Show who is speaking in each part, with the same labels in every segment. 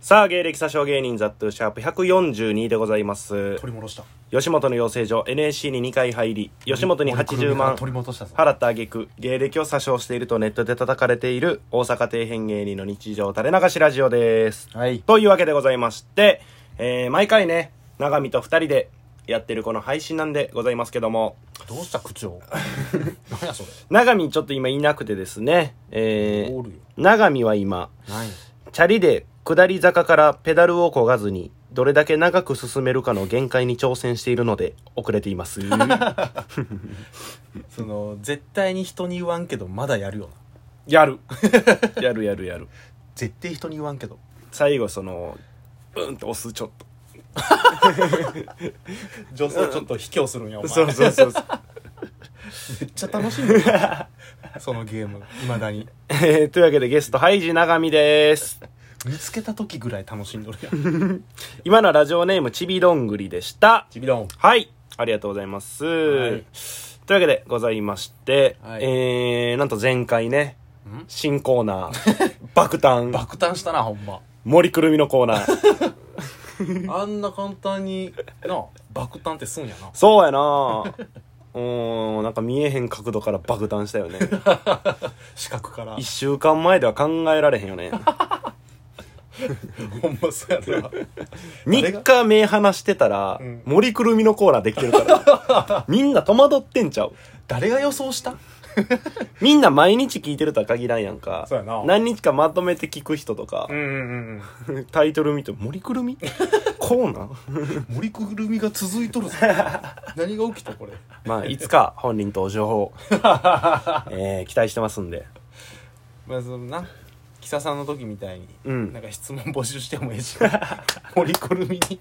Speaker 1: さあ、芸歴詐称芸人ザットゥシャープ142でございます。
Speaker 2: 取り戻した
Speaker 1: 吉本の養成所 NSC に2回入り、吉本に80
Speaker 2: 俺
Speaker 1: 万
Speaker 2: 取り戻したぞ
Speaker 1: 払った挙句、芸歴を詐称しているとネットで叩かれている大阪底辺芸人の日常垂れ流しラジオです。
Speaker 2: はい
Speaker 1: というわけでございまして、えー、毎回ね、長見と2人でやってるこの配信なんでございますけども、
Speaker 2: どうした口 調何やそれ
Speaker 1: 長見ちょっと今いなくてですね、え
Speaker 2: お
Speaker 1: ー、
Speaker 2: るよ
Speaker 1: 長見は今、
Speaker 2: 何
Speaker 1: チャリで下り坂からペダルを漕がずに、どれだけ長く進めるかの限界に挑戦しているので、遅れています。
Speaker 3: その絶対に人に言わんけどまだやるよな
Speaker 1: やる。 やるやるやる。
Speaker 3: 絶対人に言わんけど
Speaker 1: 最後その、うんと押す、ちょっと。
Speaker 3: 女装ちょっと卑怯するんやお前
Speaker 1: そう そうそうそう。
Speaker 3: めっちゃ楽しいね そのゲームいまだに
Speaker 1: えーというわけでゲスト、ハイジ長見です。
Speaker 3: 見つけた時ぐらい楽しんどるやん
Speaker 1: 今のはラジオネーム、ちびどんぐりでした。
Speaker 3: ちびどん
Speaker 1: はい。ありがとうございます。
Speaker 3: はい
Speaker 1: というわけでございまして、
Speaker 3: はい
Speaker 1: えー、なんと前回ね
Speaker 3: ん、
Speaker 1: 新コーナー、爆誕、
Speaker 3: 爆誕したなほんま
Speaker 1: 森くるみのコーナー。
Speaker 3: あんな簡単にな爆誕ってすんやな
Speaker 1: そうやな うーん、なんか見えへん角度から爆誕したよ ね。
Speaker 3: 視覚から
Speaker 1: 一週間前では考えられへんよ ね。
Speaker 3: ほんまそうやな
Speaker 1: 3日目離してたら
Speaker 3: うん、
Speaker 1: 森くるみのコーナーできてる から。みんな戸惑ってんちゃう
Speaker 3: 誰が予想した
Speaker 1: みんな毎日聞いてるとは限らんやんか。
Speaker 3: そうやな
Speaker 1: 何日かまとめて聞く人とか、
Speaker 3: んうん
Speaker 1: タイトル見て、森くる みコーナー
Speaker 3: うん森くるみが続いと るぞ何が起きたこれ
Speaker 1: まあ、いつか本人登場 を、えー期待してますんで。
Speaker 3: まあそのな木佐さんの時みたいに、
Speaker 1: うん
Speaker 3: なんか質問募集してもええし 森くる みに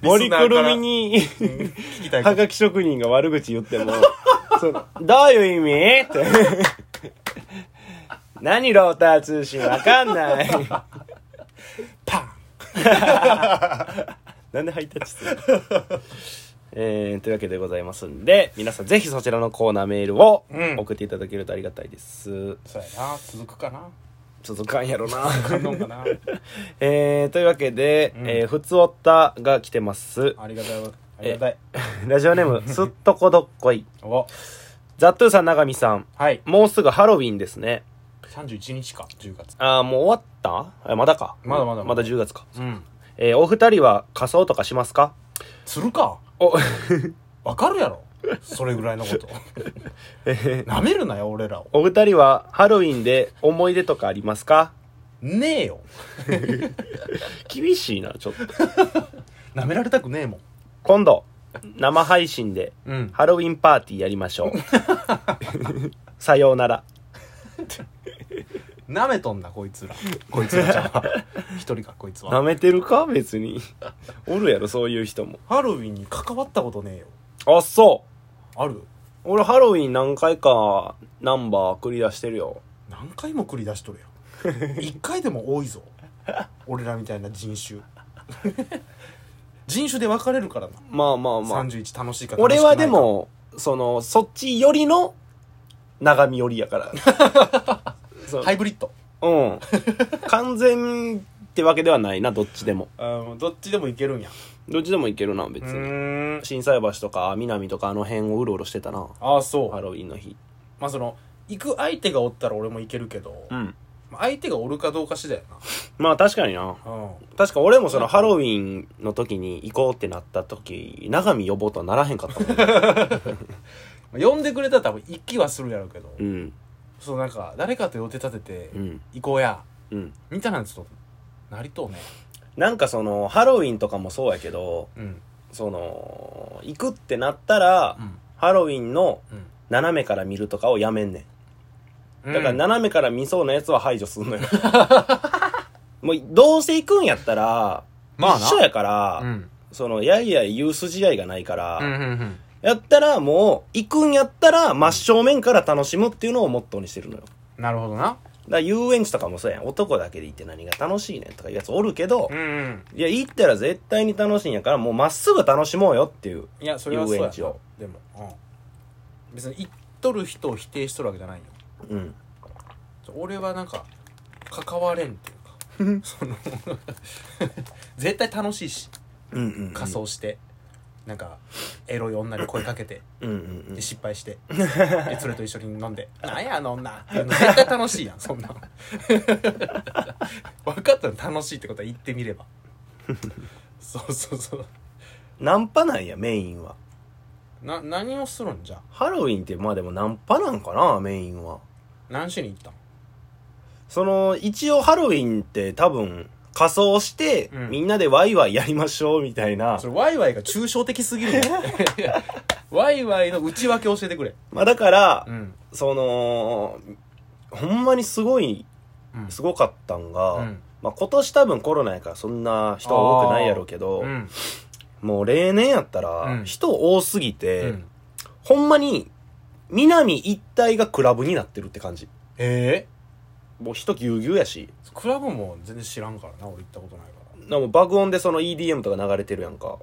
Speaker 1: 森くるみに、
Speaker 3: リスナーから、うん聞きたいこ
Speaker 1: は
Speaker 3: と
Speaker 1: がき職人が悪口言っても、 そうどういう意味って。 何ローター通信わかん ない。
Speaker 3: パン
Speaker 1: なんでハイタッチするのえー、というわけでございますんで、皆さんぜひそちらのコーナーメールを
Speaker 3: うん
Speaker 1: 送っていただけるとありがたいです。
Speaker 3: そうやな続くかな
Speaker 1: 続かんやろ な。
Speaker 3: 感動かな
Speaker 1: えー、というわけで、
Speaker 3: うん
Speaker 1: えー、ふつおったが来てます。
Speaker 3: ありがたいわありがたい
Speaker 1: ラジオネーム、すっとこどっこい。
Speaker 3: お
Speaker 1: ザットゥーさん、長見さん。
Speaker 3: はい
Speaker 1: もうすぐハロウィンですね。
Speaker 3: 31日か10月
Speaker 1: ああ、もう終わったあまだか。
Speaker 3: まだまだ
Speaker 1: まだ10月か。
Speaker 3: うん
Speaker 1: えーお二人は仮装とかしますか
Speaker 3: するか
Speaker 1: お、
Speaker 3: わかるやろそれぐらいの ことなめるなよ俺らを
Speaker 1: お二人はハロウィンで思い出とかありますか
Speaker 3: ねえよ
Speaker 1: 厳しいな、ちょっと。
Speaker 3: なめられたくねえもん
Speaker 1: 今度、生配信で
Speaker 3: うん
Speaker 1: ハロウィンパーティーやりまし ょう。さようなら。
Speaker 3: なめとんなこいつら こいつらちゃうわ一人かこいつは
Speaker 1: 舐めてるか別 に。おるやろ、そういう人も。
Speaker 3: ハロウィンに関わったことねえよ。
Speaker 1: あ、そう。
Speaker 3: ある
Speaker 1: 俺ハロウィン何回かナンバー繰り出してるよ。
Speaker 3: 何回も繰り出しとるや ん。一回でも多いぞ。俺らみたいな人種。人種で分かれるからな。
Speaker 1: まあまあまあ。
Speaker 3: 31楽しいか楽しくない
Speaker 1: 俺
Speaker 3: か
Speaker 1: はで、も、その、そっちよりの、長見よりやから。そう
Speaker 3: ハイブリッド。
Speaker 1: うん。 完全ってわけではないな、どっちでも。
Speaker 3: うん、どっちでもいけるんや。
Speaker 1: どっちでもいけるな、別
Speaker 3: う
Speaker 1: に。
Speaker 3: ーん。
Speaker 1: 心斎橋とか、南とか、あの辺をうろうろしてたな。
Speaker 3: ああ、そう。
Speaker 1: ハロウィンの日。
Speaker 3: まあその、行く相手がおったら俺もいけるけど、
Speaker 1: うん。
Speaker 3: まあ相手がおるかどうか次第や
Speaker 1: まあ確かにな。
Speaker 3: な。うん。
Speaker 1: 確か俺もそのハロウィンの時に行こうってなった時、長見呼ぼうとはならへんかったもん。
Speaker 3: まあ呼んでくれたら多分行きはするやろうけど、
Speaker 1: うん。
Speaker 3: そうなんか、誰かと予定立てて
Speaker 1: う、ん。
Speaker 3: 行こうや、
Speaker 1: うん。
Speaker 3: みたいなんちょっと、なりとうね。
Speaker 1: なんかその、ハロウィンとかもそうやけど、
Speaker 3: うん。
Speaker 1: その、行くってなったら、
Speaker 3: ん。
Speaker 1: ハロウィンの
Speaker 3: うん。
Speaker 1: 斜めから見るとかをやめんねん。だから
Speaker 3: な、
Speaker 1: 斜めから見そうなやつは排除すんの よ。もうどうせ行くんやったら、
Speaker 3: まあな
Speaker 1: 一緒やから、
Speaker 3: うん。
Speaker 1: その、やいやい言う筋合いがないから、
Speaker 3: うんうんうん。
Speaker 1: やったらもう、行くんやったら真正面から楽しむっていうのをモットーにしてるのよ。だか
Speaker 3: なるほどな。
Speaker 1: ら遊園地とかもそうやん。男だけで行って何が楽しいねんとかいうやつおるけど、
Speaker 3: んうん。
Speaker 1: いや、行ったら絶対に楽しいんやから、もうまっすぐ楽しもうよっていう。
Speaker 3: いや、それはそう
Speaker 1: 遊
Speaker 3: や
Speaker 1: 園地を
Speaker 3: でも、うん。別に言っとる人を否定しとるわけじゃないよ。
Speaker 1: うん。
Speaker 3: 俺はなんか、関われんっていう か。その絶対楽しいし
Speaker 1: うんうんうん
Speaker 3: 仮装して、なんかエロい女に声かけて
Speaker 1: うんうんうん
Speaker 3: で失敗 してでそれと一緒に飲んで「なんやあの女」っていうの絶対楽しい やんそんなの分かったの楽しいってことは言ってみればそうそうそう
Speaker 1: ナンパなんやメインは
Speaker 3: な何をするんじゃ
Speaker 1: ハロウィンってまあでもナンパなんかなメインは
Speaker 3: 何しに行ったの
Speaker 1: その一応ハロウィンって多分仮装して、
Speaker 3: うん
Speaker 1: みんなでワイワイやりましょうみたいな
Speaker 3: それワイワイが抽象的すぎ るよワイワイの内訳教えてくれ
Speaker 1: まあだから、
Speaker 3: うん
Speaker 1: そのほんまにすごい
Speaker 3: うん
Speaker 1: すごかったんが、
Speaker 3: うん
Speaker 1: まあ今年多分コロナやからそんな人多くないやろうけど、
Speaker 3: うん
Speaker 1: もう例年やった
Speaker 3: う
Speaker 1: ら
Speaker 3: ん
Speaker 1: 人多すぎ
Speaker 3: う
Speaker 1: て、
Speaker 3: ん
Speaker 1: ほんまに南一帯がクラブになってるって感じ
Speaker 3: ええ
Speaker 1: もう人ぎゅうぎゅうやし
Speaker 3: クラブも全然知らんからな俺行ったことないから
Speaker 1: なんかもう爆音でその EDM とか流れてるやんか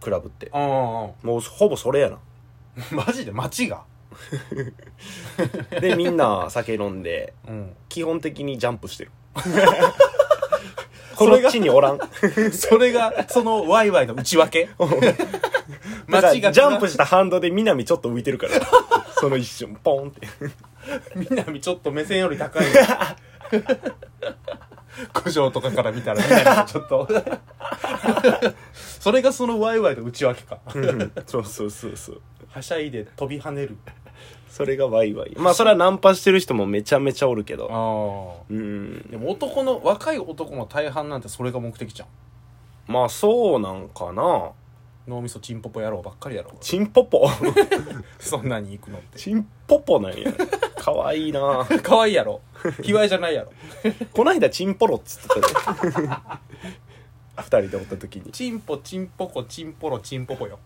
Speaker 1: クラブって
Speaker 3: あ
Speaker 1: もうほぼそれやな
Speaker 3: あマジで街が
Speaker 1: でみんな酒飲んで
Speaker 3: うん
Speaker 1: 基本的にジャンプして るこ
Speaker 3: それ
Speaker 1: の
Speaker 3: が
Speaker 1: 地におらん
Speaker 3: それがそのワイワイの内 訳
Speaker 1: だから
Speaker 3: 街
Speaker 1: ジ
Speaker 3: が
Speaker 1: ャンプしたハンドで南ちょっと浮いてるから その一瞬ポンって
Speaker 3: 南ちょっと目線より高い 九条とかから見たら 南ちょっとそれがそのワイワイの内訳か
Speaker 1: そうそうそうそう
Speaker 3: はしゃいで飛び跳ねる
Speaker 1: それがワイワイまあそれはナンパしてる人もめちゃめちゃおるけ
Speaker 3: あ
Speaker 1: ど
Speaker 3: あ
Speaker 1: うん
Speaker 3: でも男の若い男の大半なんてそれが目的じゃん
Speaker 1: まあそうなんかな
Speaker 3: 脳みそチンポポ野郎ばっかりやろ
Speaker 1: チンポ ポ
Speaker 3: そんなに行くのって
Speaker 1: チンポポなんやかわいいな
Speaker 3: 可愛いやろ 卑猥じゃないやろ
Speaker 1: こないだチンポロっつってたで二人でおった時に
Speaker 3: チンポチンポコチンポロチンポポよ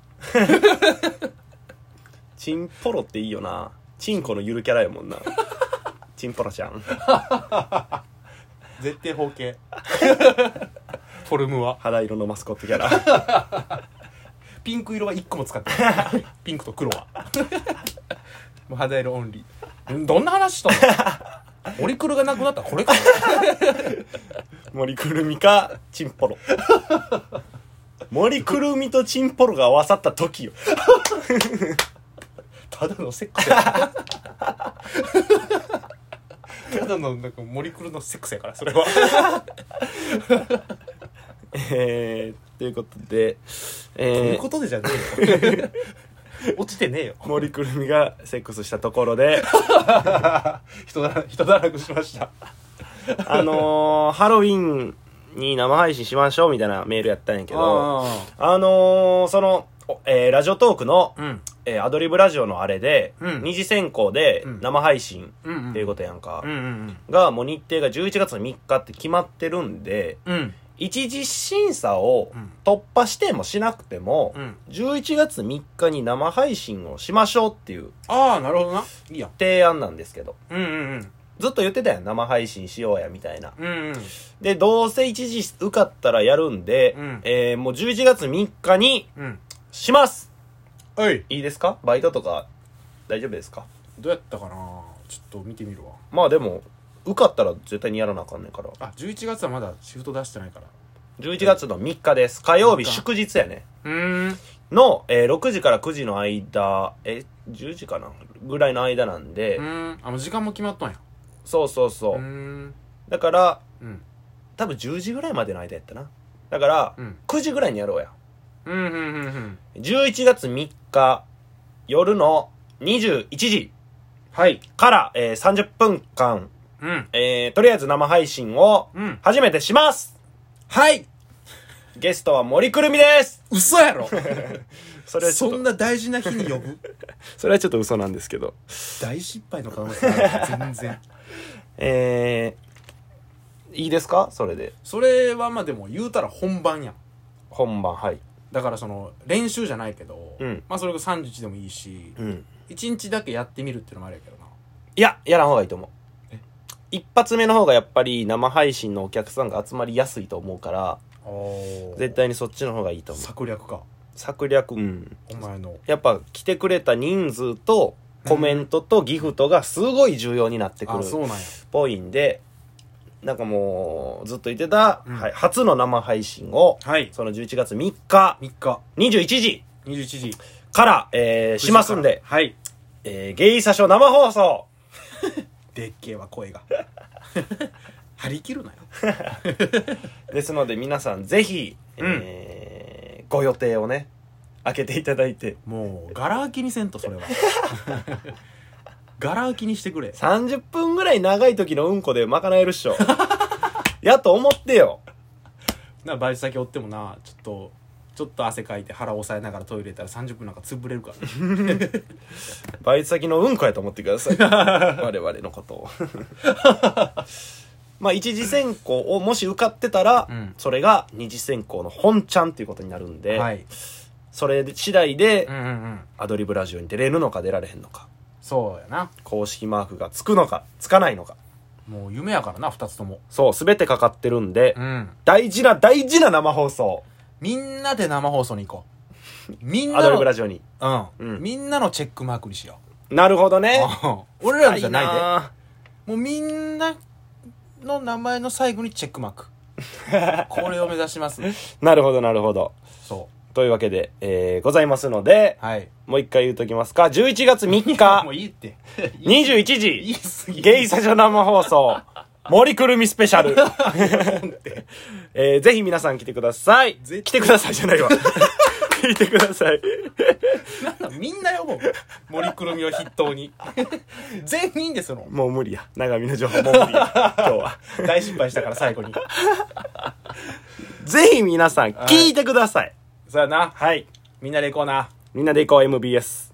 Speaker 1: チンポロっていいよなチンコのゆるキャラやもんなチンポロちゃん
Speaker 3: 絶対方形フォルムは
Speaker 1: 肌色のマスコットキャラ
Speaker 3: ピンク色は1個も使ってない ピンクと黒はもう肌色オンリーんどんな話したのオリクルがなくなったらこれか
Speaker 1: 森くるみかチンポロ森くるみとチンポロが合わさった時よ
Speaker 3: ただのセックスやただのなんか森クルのセックスやからそれは
Speaker 1: えー、ということで、
Speaker 3: とい
Speaker 1: え
Speaker 3: う
Speaker 1: ー、
Speaker 3: ことでじゃねえよ落ちてねえよ
Speaker 1: 森くるみがセックスしたところで
Speaker 3: 人だら人だらくしました
Speaker 1: あのー、ハロウィンに生配信しましょうみたいなメールやったんやけどあのー、その、おえーラジオトークの、
Speaker 3: うん
Speaker 1: えーアドリブラジオのあれで、
Speaker 3: うん
Speaker 1: 二次選考で
Speaker 3: うん
Speaker 1: 生配信
Speaker 3: うんうん
Speaker 1: っていうことやんか、
Speaker 3: うんうん
Speaker 1: がもう日程が11月3日って決まってるんで
Speaker 3: うん
Speaker 1: 一次審査を
Speaker 3: うん
Speaker 1: 突破してもしなくても、
Speaker 3: うん
Speaker 1: 11月3日に生配信をしましょうっていう
Speaker 3: ああなるほどないいや
Speaker 1: 提案なんですけど
Speaker 3: うんうん
Speaker 1: ずっと言ってたやん生配信しようやみたいな
Speaker 3: うんうんうん
Speaker 1: でどうせ一次受かったらやるんで、
Speaker 3: うん
Speaker 1: えーもう11月3日に
Speaker 3: うん
Speaker 1: します
Speaker 3: おい
Speaker 1: いいですかバイトとか大丈夫ですか
Speaker 3: どうやったかなちょっと見てみるわ
Speaker 1: まあでも受かったら絶対にやらなあかんねんから
Speaker 3: あ11月はまだシフト出してないから
Speaker 1: 11月の3日です火曜日
Speaker 3: 3日
Speaker 1: 祝日やね
Speaker 3: うん
Speaker 1: の、えー6時から9時の間え10時かなぐらいの間なんで、
Speaker 3: うんあもう時間も決まったんや
Speaker 1: そうそうそう、
Speaker 3: ん
Speaker 1: だから
Speaker 3: うん
Speaker 1: 多分10時ぐらいまでの間やったなだから、
Speaker 3: うん
Speaker 1: 9時ぐらいにやろうや
Speaker 3: うんうんうんうん
Speaker 1: 11月3日夜の21時
Speaker 3: はい
Speaker 1: から、えー30分間、
Speaker 3: うん
Speaker 1: えーとりあえず生配信を
Speaker 3: うん
Speaker 1: 初めてします、
Speaker 3: はい
Speaker 1: ゲストは森くるみです
Speaker 3: 嘘や ろ
Speaker 1: それはちょっ
Speaker 3: そ
Speaker 1: と
Speaker 3: んな大事な日に呼ぶ
Speaker 1: それはちょっと嘘なんですけど
Speaker 3: 大失敗の可能性ある全然
Speaker 1: えー、いいですかそれで
Speaker 3: それはまあでも言うたら本番やん
Speaker 1: 本番はい
Speaker 3: だからその練習じゃないけど、
Speaker 1: うん
Speaker 3: まあそれが31でもいいし、
Speaker 1: うん
Speaker 3: 1日だけやってみるっていうのもあるやけどない
Speaker 1: ややらん方がいいと思う
Speaker 3: え
Speaker 1: 一発目の方がやっぱり生配信のお客さんが集まりやすいと思うから絶対にそっちの方がいいと思う
Speaker 3: 策略か
Speaker 1: 策略うん
Speaker 3: お前の
Speaker 1: やっぱ来てくれた人数とコメントとギフトがすごい重要になってくる
Speaker 3: あそう
Speaker 1: っ
Speaker 3: なんや
Speaker 1: ぽいんでなんかもう、ずっと言ってた、
Speaker 4: うん
Speaker 1: はい、初の生配信を、
Speaker 4: はい
Speaker 1: その11月3日、
Speaker 4: 3日
Speaker 1: 21時
Speaker 4: 21時
Speaker 1: から、えー、しますんで、
Speaker 4: はい
Speaker 1: えー、ゲイサショ生放送、
Speaker 4: でっけえわ声が張り切るなよ
Speaker 1: ですので皆さんぜひ、えーご予定をね開けていただいて
Speaker 4: もうガラ空きにせんとそれはガラ空きにしてくれ
Speaker 1: 30分ぐらい長い時のうんこで賄えるっ しょやと思ってよ
Speaker 3: なバイト先おってもなちょっとちょっと汗かいて腹押さえながらトイレ行ったら30分なんか潰れるからね
Speaker 1: バイト先のうんこやと思ってくだ さい我々のことを まあ一次選考をもし受かってたら、
Speaker 3: うん
Speaker 1: それが二次選考の本ちゃんっていうことになるんで、
Speaker 3: はい
Speaker 1: それ次第で、
Speaker 3: うんうんうん
Speaker 1: アドリブラジオに出れるのか出られへんのか
Speaker 3: そうやな
Speaker 1: 公式マークがつくのかつかないのか
Speaker 3: もう夢やからな2つとも
Speaker 1: そう全てかかってるんで、
Speaker 3: ん
Speaker 1: 大事な大事な生放送
Speaker 3: みんなで生放送に行こ うみん
Speaker 1: ア
Speaker 3: な
Speaker 1: ドリブラ
Speaker 3: の
Speaker 1: ジオに
Speaker 3: うん、
Speaker 1: うん
Speaker 3: みんなのチェックマークにしよ
Speaker 1: なるほど
Speaker 3: う
Speaker 1: ね
Speaker 3: うん俺らのじゃないで
Speaker 1: な
Speaker 3: もうみんなの名前の最後にチェックマーク これを目指します
Speaker 1: なるほどなるほど
Speaker 3: そ
Speaker 1: というわけで、えーございますので
Speaker 3: うはい
Speaker 1: もう一回言うときますか11月3
Speaker 3: も
Speaker 1: 日
Speaker 3: ういいって
Speaker 1: 21
Speaker 3: 言い
Speaker 1: 時
Speaker 3: 過ぎ
Speaker 1: ゲイサジョ生放送 森くるみスペシャル、 えーぜひ皆さん来てください来
Speaker 3: 絶
Speaker 1: て
Speaker 3: 対
Speaker 1: くださいじゃないわ 聞いてください
Speaker 3: なんだみんな呼ぼう森くるみを筆頭 に全員ですの
Speaker 1: もう無理や長見の情報もう無理や今日は
Speaker 3: 大失敗したから最後に
Speaker 1: ぜひ皆さん聞いてください、
Speaker 3: さあな
Speaker 1: はい
Speaker 3: みんなで行こうな
Speaker 1: みんなで行こう MBS